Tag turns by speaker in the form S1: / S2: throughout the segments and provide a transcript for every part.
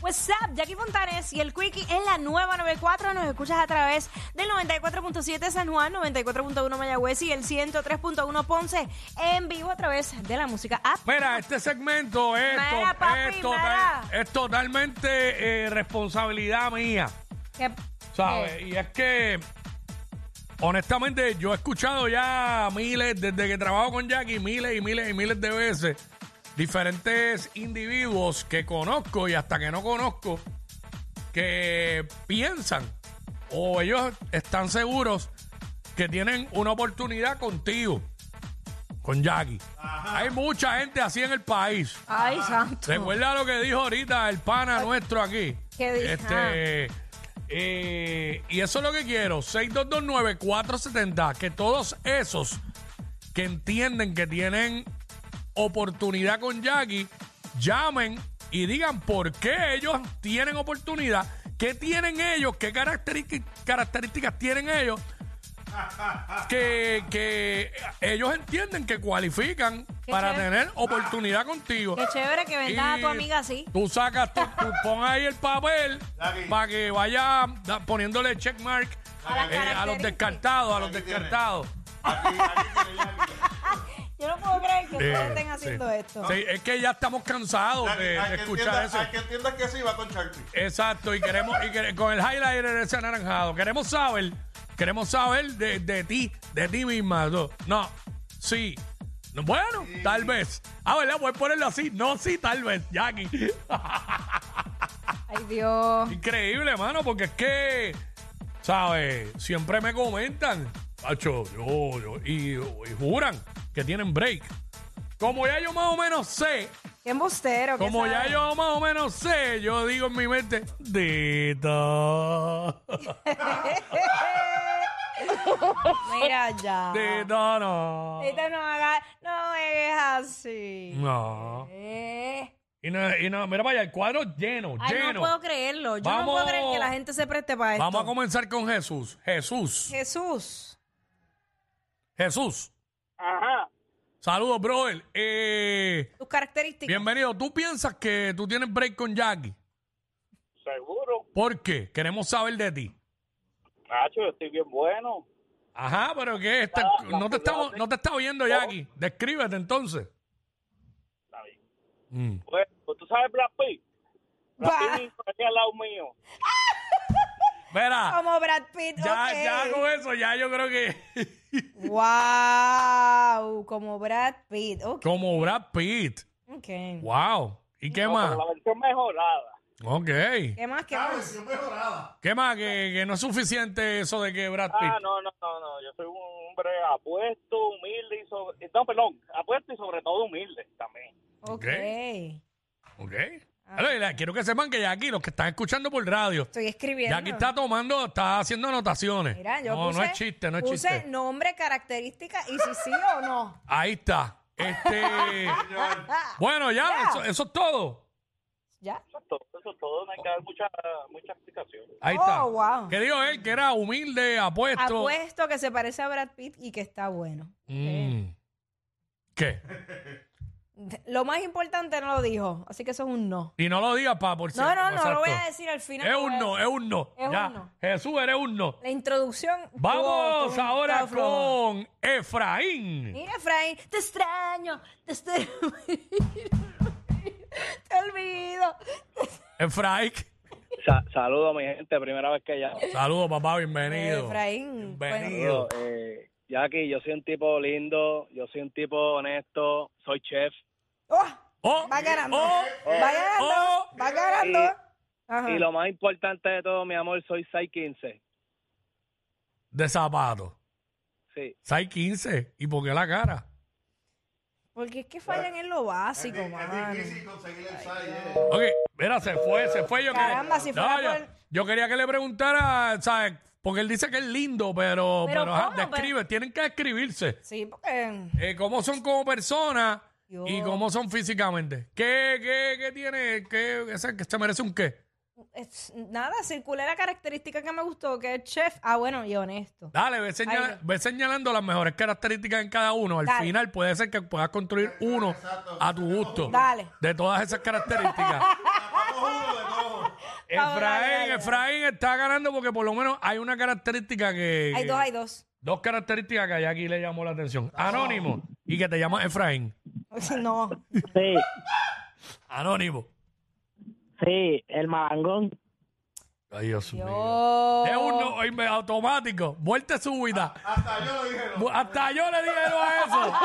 S1: What's up, Jackie Fontanes y el Quickie en la nueva 94. Nos escuchas a través del 94.7 San Juan, 94.1 Mayagüez y el 103.1 Ponce en vivo a través de la música app.
S2: Mira, este segmento es, to-
S1: Mira, papi,
S2: es total-
S1: mira.
S2: es totalmente eh, responsabilidad mía,
S1: ¿Qué-
S2: ¿sabes?
S1: qué?
S2: Y es que, honestamente, yo he escuchado ya miles, desde que trabajo con Jackie, miles y miles y miles de veces, diferentes individuos que conozco y hasta que no conozco, que piensan o ellos están seguros que tienen una oportunidad contigo, con Jackie. Hay mucha gente así en el país.
S1: Ay, santo.
S2: Recuerda lo que dijo ahorita el pana nuestro aquí.
S1: ¿Qué dijo?
S2: Este, eh, y eso es lo que quiero. 6229-470. Que todos esos que entienden que tienen oportunidad con Jackie, llamen y digan por qué ellos tienen oportunidad. ¿Qué tienen ellos? ¿Qué caracteristi- características tienen ellos? Que, que ellos entienden que cualifican
S1: Qué
S2: para
S1: chévere.
S2: tener oportunidad contigo.
S1: Qué chévere que vendas a tu
S2: Y
S1: amiga así.
S2: Tú sacas, tu, tú pon ahí el papel para que vaya da- poniéndole checkmark
S1: A las
S2: eh, a los
S1: características.
S2: descartados, a los descartados.
S1: Yo no puedo creer que ustedes
S2: Eh,
S1: estén haciendo
S2: sí.
S1: esto.
S2: Sí, es que ya estamos cansados
S3: Al-
S2: de,
S3: al
S2: de
S3: que
S2: escuchar
S3: entienda-
S2: eso.
S3: al que entienda que sí va con Sharpie.
S2: Exacto, y queremos, y quere- con el highlighter ese anaranjado, queremos saber, queremos saber de, de ti, de ti misma. No, no, sí. No, Bueno, tal vez. Ah, ¿verdad? Voy a ponerlo así. No, sí, tal vez, Jackie.
S1: Ay, Dios.
S2: Increíble, mano, porque es que, ¿sabes? Siempre me comentan, Pacho, yo, yo, y, y juran que tienen break. Como ya yo más o menos sé,
S1: Qué embustero. qué
S2: como ya
S1: sabe.
S2: yo más o menos sé, yo digo en mi mente, Dito,
S1: Mira ya.
S2: Dito no.
S1: Tito, no hagas, no me dejes así.
S2: No.
S1: Eh.
S2: Y no, y no, mira, vaya, el cuadro lleno,
S1: Ay,
S2: lleno.
S1: no puedo creerlo. Yo no
S2: Vamos.
S1: puedo creer que la gente se preste para esto.
S2: Vamos a comenzar con Jesús. Jesús.
S1: Jesús.
S2: Jesús.
S4: Ajá.
S2: Saludos, brother. Eh,
S1: Tus características.
S2: bienvenido. ¿Tú piensas que tú tienes break con Jackie?
S4: Seguro.
S2: ¿Por qué? Queremos saber de ti.
S4: Nacho, yo estoy bien bueno.
S2: Ajá, pero ¿qué? Está-
S4: Ah,
S2: no, te estamos, no te está oyendo, Jackie. Descríbete entonces.
S4: Está bien.
S2: Mm.
S4: Pues, pues, tú sabes Brad Pitt. Brad
S1: Va.
S4: Pitt vive por aquí al lado mío.
S2: Verá,
S1: Como Brad Pitt.
S2: ya,
S1: Oh, ok.
S2: ya con eso, ya yo creo que...
S1: Wow, como Brad Pitt. Ok.
S2: Como Brad Pitt.
S1: ok.
S2: Wow. ¿Y qué
S4: No,
S2: más?
S4: pero la versión mejorada.
S2: Ok.
S1: ¿Qué más? ¿Qué
S3: Ah,
S1: más?
S3: versión mejorada.
S2: ¿Qué más? Que, que no es suficiente eso de que Brad Pitt.
S4: Ah, no, no, no, no. Yo soy un hombre apuesto, humilde y sobre... eh, No, perdón. Apuesto y sobre todo humilde también.
S1: Ok.
S2: Ok. Bueno, y la- quiero que sepan que ya aquí, los que están escuchando por radio,
S1: Estoy escribiendo.
S2: ya aquí está tomando, está haciendo anotaciones.
S1: Mira, yo
S2: no,
S1: puse,
S2: no es chiste, no es
S1: puse
S2: chiste.
S1: nombre, característica y si sí o no.
S2: Ahí está. Este.
S1: Ah,
S2: bueno, ya,
S1: Ya.
S2: Eso, eso es todo.
S1: ya.
S4: Eso es todo. Eso es todo. No hay que dar mucha, mucha explicación.
S2: Ahí
S1: Oh,
S2: está.
S1: wow.
S2: Que dijo él que era humilde, apuesto.
S1: Apuesto que se parece a Brad Pitt y que está bueno.
S2: Mm. ¿Qué?
S1: Lo más importante no lo dijo, así que eso es un no.
S2: Y no lo digas, pa, por
S1: No,
S2: cierto.
S1: no, no, lo
S2: exacto.
S1: voy a decir al final.
S2: Es
S1: lo voy a
S2: un no,
S1: decir.
S2: es un no.
S1: Es
S2: ya.
S1: un no.
S2: Jesús, eres un no.
S1: La introducción.
S2: Vamos
S1: estuvo-
S2: ahora
S1: estuvo floja.
S2: con Efraín.
S1: Mira, Efraín, te extraño, te extraño. te olvido.
S2: Efraín.
S4: saludo, mi gente. Primera vez que ya...
S2: Saludos, papá, bienvenido.
S1: Efraín,
S2: Bienvenido.
S4: Eh, Jackie, yo soy un tipo lindo. Yo soy un tipo honesto. Soy chef.
S1: ¡Oh!
S2: Oh,
S1: Va ganando.
S2: oh,
S1: va ganando.
S2: oh.
S1: va ganando.
S4: Y-
S1: Ajá.
S4: Y lo más importante de todo, mi amor, soy 6'15".
S2: de zapato.
S4: Sí.
S2: 6'15. ¿Y por qué la cara?
S1: Porque es que fallan en lo básico,
S3: di-
S1: mano.
S3: es difícil conseguir el side, eh.
S2: Ok, mira, se fue, se fue. Yo
S1: Caramba,
S2: quería,
S1: si fuera
S2: yo,
S1: por-
S2: yo quería que le preguntara, ¿sabes? Porque él dice que es lindo, pero,
S1: Pero
S2: pero, ajá,
S1: ¿cómo?
S2: describe, tienen que describirse.
S1: Sí, porque mm,
S2: Eh, ¿Cómo son como personas
S1: Yo-
S2: y cómo son físicamente? ¿Qué, qué, qué tiene? ¿Qué, ese- que ¿Se merece un qué?
S1: es- nada, circulé la característica que me gustó, que es chef. Ah, bueno, y honesto.
S2: Dale, ve, señala-
S1: Ay, no.
S2: ve señalando las mejores características en cada uno. Al
S1: Dale.
S2: final puede ser que puedas construir uno a tu gusto.
S1: Dale.
S2: De todas esas características.
S1: Vamos, dale, dale,
S2: Efraín,
S1: dale.
S2: Efraín está ganando porque por lo menos hay una característica que...
S1: Hay dos, hay dos.
S2: Dos características que a Jackie le llamó la atención. Anónimo y que te llama Efraín.
S1: No.
S5: Sí,
S2: Anónimo.
S5: sí, el malangón.
S2: Ay, Dios mío.
S1: Yo.
S2: Es un no- inme- automático. Vuelta súbita.
S3: Hasta Ah, yo lo dije.
S2: Bu- Hasta yo le dijeron a eso.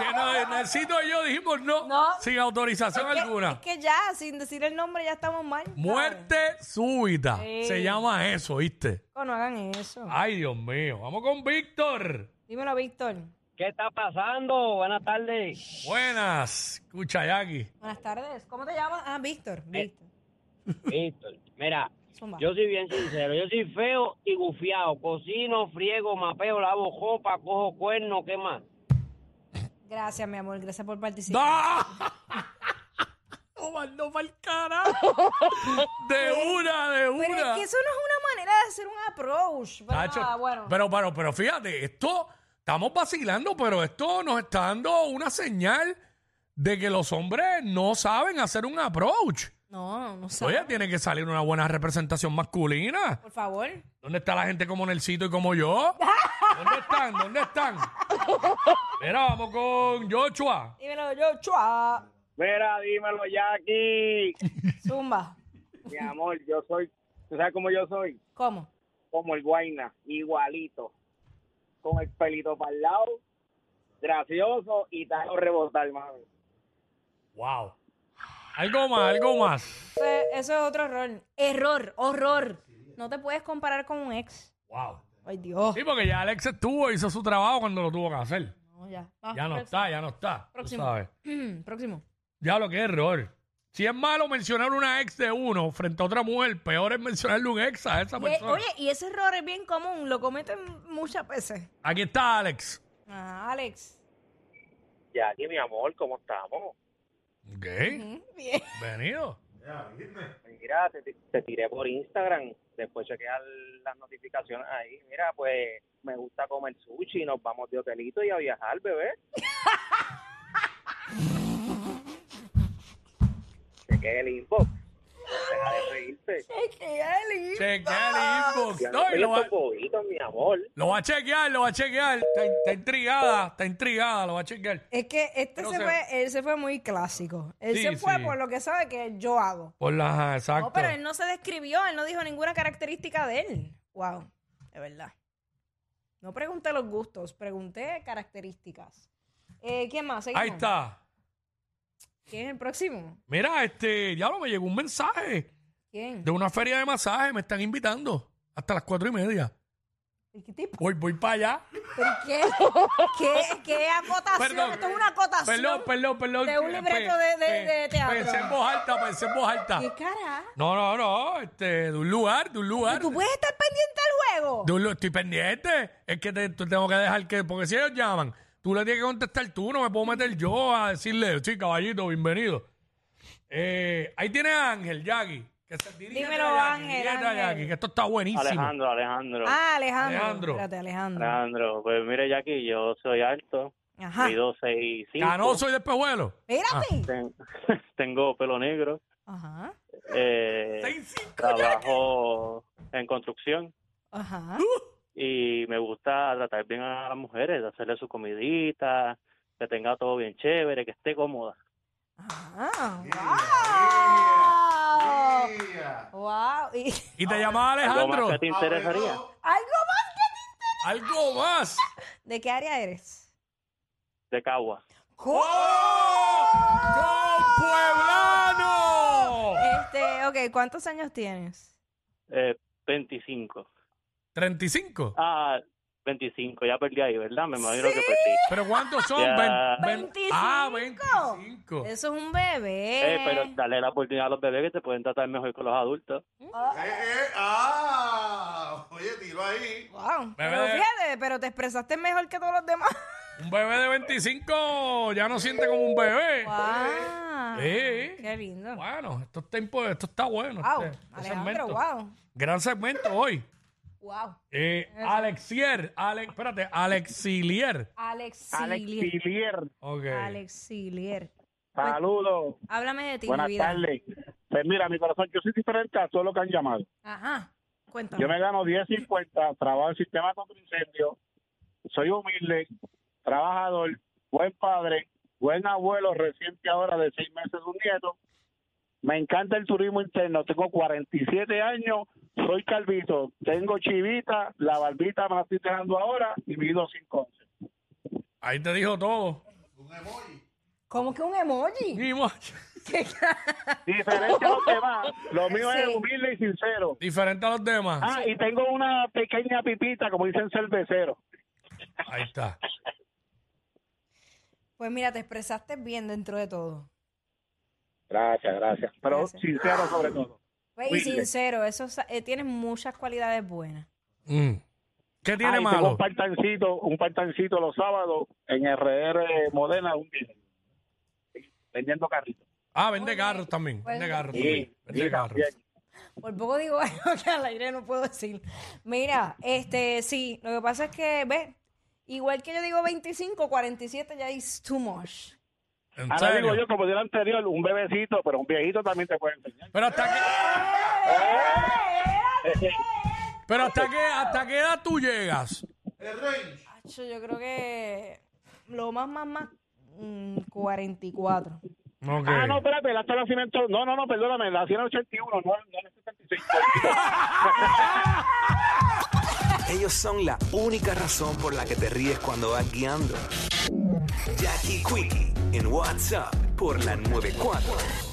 S2: que no, necesito y yo dijimos no,
S1: No.
S2: sin autorización
S1: Es que-
S2: alguna.
S1: Es que ya, sin decir el nombre, ya estamos mal.
S2: Muerte súbita.
S1: Sí.
S2: Se llama eso, ¿viste?
S1: Pues No, no hagan eso.
S2: Ay, Dios mío. Vamos con Víctor.
S1: Dímelo, Víctor.
S5: ¿Qué está pasando? Buenas tardes.
S2: Buenas. Escucha, Jackie.
S1: Buenas tardes. ¿Cómo te llamas? Ah, Víctor.
S2: Eh,
S1: Víctor.
S5: Víctor, mira,
S1: Zumba.
S5: yo soy bien sincero, yo soy feo y gufiado. Cocino, friego, mapeo, lavo jopa, cojo cuerno, ¿qué más?
S1: Gracias, mi amor. Gracias por participar.
S2: ¡No! ¡Lo mandó pa'l carajo! De una, de una.
S1: Pero es que eso no es una manera de hacer un approach. Pero
S2: Tacho,
S1: nada, bueno.
S2: pero, pero, pero fíjate, esto, estamos vacilando, pero esto nos está dando una señal de que los hombres no saben hacer un approach.
S1: no, no sé.
S2: Oye, tiene que salir una buena representación masculina.
S1: Por favor.
S2: ¿Dónde está la gente como Nelsito y como yo? ¿Dónde están? ¿Dónde están? Mira, vamos con Joshua.
S1: Dímelo yo, chua.
S4: Mira, dímelo, Jackie.
S1: Zumba.
S4: Mi amor, yo soy, ¿tú sabes cómo yo soy?
S1: ¿Cómo?
S4: Como el Guaina, igualito. Con el pelito para el lado, gracioso y tal rebotar, mami.
S2: Wow. Algo más, algo más.
S1: Eso es, eso es otro error. Error, horror. No te puedes comparar con un ex.
S2: Wow.
S1: Ay, Dios.
S2: Sí, porque ya Alex estuvo, hizo su trabajo cuando lo tuvo que hacer.
S1: No, ya. Vamos,
S2: Ya no
S1: próximo.
S2: está, ya no está. Tú
S1: Ah, pues, Próximo.
S2: sabes.
S1: Próximo.
S2: Ya lo que error. Si es malo mencionar una ex de uno frente a otra mujer, peor es mencionarle un ex a esa
S1: Y e-
S2: persona.
S1: oye, y ese error es bien común. Lo cometen muchas veces.
S2: Aquí está Alex.
S1: Ah, Alex.
S4: Jackie, mi amor, ¿cómo estamos?
S2: Ok.
S1: Mm, Bien.
S2: Venido.
S4: Mira, te, ti- te tiré por Instagram, después chequear las notificaciones ahí. Mira, pues me gusta comer sushi, nos vamos de hotelito y a viajar, bebé. Chequea el inbox. Deja de reírte.
S1: Es que Alex.
S2: Chequea el inbox.
S4: Ya no
S2: No, y
S4: te
S2: lo, va,
S4: estos bobitos, mi amor.
S2: lo va a chequear, lo va a chequear. Está, está intrigada, está intrigada, lo va a chequear.
S1: Es que este
S2: Pero
S1: se
S2: se-
S1: fue, él se fue muy clásico. Él
S2: Sí,
S1: se fue
S2: sí.
S1: por lo que sabe que yo hago.
S2: Por la, ajá, exacto.
S1: No, pero él no se describió, él no dijo ninguna característica de él. Wow, de verdad. No pregunté los gustos, pregunté características. Eh, ¿Quién más? Seguimos.
S2: Ahí está.
S1: ¿Quién es el próximo?
S2: Mira, este, ya me llegó un mensaje
S1: ¿Quién?
S2: de una feria de masaje. Me están invitando hasta las cuatro y media.
S1: ¿Y ¿Qué tipo?
S2: Voy, voy para allá.
S1: ¿Pero qué? ¿Qué, qué acotación?
S2: Perdón.
S1: Esto es una acotación.
S2: Perdón, perdón, perdón.
S1: De un libreto de- de- de teatro.
S2: Pensé en voz alta, pensé en voz alta.
S1: ¿Qué cara?
S2: No, no, no, este, de un lugar, de un lugar.
S1: ¿Tú puedes estar pendiente al juego?
S2: De un lu- estoy pendiente. Es que te, te tengo que dejar que, porque si ellos llaman, tú le tienes que contestar tú, no me puedo meter yo a decirle, sí, caballito, bienvenido. Eh, ahí tiene a Ángel, Jackie. Que se, dirígete
S1: Dímelo,
S2: a Jackie,
S1: Ángel,
S2: dirígete a
S1: Ángel.
S2: Jackie, que esto está buenísimo.
S6: Alejandro, Alejandro.
S1: Ah, Alejandro.
S2: Alejandro.
S1: Espérate, Alejandro.
S6: Alejandro, pues mire, Jackie, yo soy alto,
S1: Ajá.
S6: mido 6 y 5.
S2: Ah. Canoso y despejuelo.
S1: Espérate.
S6: tengo pelo negro.
S2: Ah.
S1: Ajá.
S6: Eh,
S2: Seis, cinco,
S6: trabajo en construcción
S1: Ajá.
S6: y me gusta tratar bien a las mujeres, hacerle su comidita, que tenga todo bien chévere, que esté cómoda.
S1: Ah, wow. Wow. Y-
S2: Y te llama
S6: ¿Algo más
S2: Alejandro.
S6: que te interesaría?
S1: ¿Algo más que
S2: Algo más.
S1: te- ¿De qué área eres?
S6: De Cagua.
S2: ¡Con Pueblano!
S1: Este, ok, ¿cuántos años tienes?
S6: Eh, 25.
S2: ¿35?
S6: Ah, 25, ya perdí ahí, ¿verdad? Me imagino que pues perdí.
S2: ¿Pero cuántos son?
S6: Ya.
S2: Ven- ven- Ah,
S1: 25.
S2: 25.
S1: Eso es un bebé.
S6: Eh, pero dale la oportunidad a los bebés que te pueden tratar mejor que los adultos.
S3: eh, ah, oye, tiro ahí.
S1: Wow.
S2: Bebé
S1: Pero
S2: de-
S1: fíjate, pero te expresaste mejor que todos los demás.
S2: Un bebé de 25 ya no siente como un bebé.
S1: Wow.
S2: Sí.
S1: Qué lindo.
S2: Bueno, esto está, impo- esto está bueno.
S1: Wow.
S2: este- este
S1: Alejandro, wow.
S2: Gran segmento hoy.
S1: Wow.
S2: Eh, Alexier, Ale- espérate, Alexilier.
S1: Alexilier.
S2: Ok.
S1: Alexilier.
S7: Saludos,
S1: Háblame de ti,
S7: buenas
S1: mi Pues, vida.
S7: tardes. Pues mira, mi corazón, yo soy diferente a todo lo que han llamado.
S1: Ajá. Cuéntame.
S7: Yo me gano 10.50, trabajo en sistema contra incendio, soy humilde, trabajador, buen padre, buen abuelo, reciente ahora de seis meses un nieto. Me encanta el turismo interno, tengo 47 años, soy calvito, tengo chivita, la barbita me la estoy dejando ahora y mido 5'11".
S2: Ahí te dijo todo.
S1: ¿Cómo que un emoji?
S2: Y mo-
S7: Diferente a los demás, lo mío
S1: Sí.
S7: es humilde y sincero.
S2: Diferente a los demás.
S7: Ah, y tengo una pequeña pipita, como dicen cervecero.
S2: Ahí está.
S1: Pues mira, te expresaste bien dentro de todo.
S7: Gracias, gracias. Pero
S1: Gracias.
S7: sincero sobre todo.
S1: Pues, y
S7: Humilde.
S1: sincero, eso sa- eh, tienes muchas cualidades buenas.
S2: Mm. ¿Qué tiene
S7: Ah, y Tengo
S2: malo?
S7: un partancito, un partancito los sábados en RR Modena, un día, vendiendo carritos.
S2: Ah, vende carros también.
S1: Pues-
S2: Vende carros.
S7: Sí,
S2: también. Vende
S7: sí,
S2: carros.
S7: también.
S1: Por poco digo algo que al aire no puedo decir. Mira, este, sí, lo que pasa es que, ves, igual que yo digo 25, 47 ya es too much.
S2: En
S7: Ahora digo
S2: serio.
S7: yo, como dije anterior, un bebecito, pero un viejito también te puede enseñar.
S2: Pero hasta que, pero hasta que, hasta qué edad tú llegas.
S3: El range.
S1: Acho, yo creo que lo más, más, más, mm, 44.
S2: Ok.
S7: Ah, no, espérate, el acta de nacimiento. No, no, no, perdóname, nací en el 81, no, no en el 76.
S8: Ellos son la única razón por la que te ríes cuando vas guiando. Jackie Quickie en WhatsApp por la 94.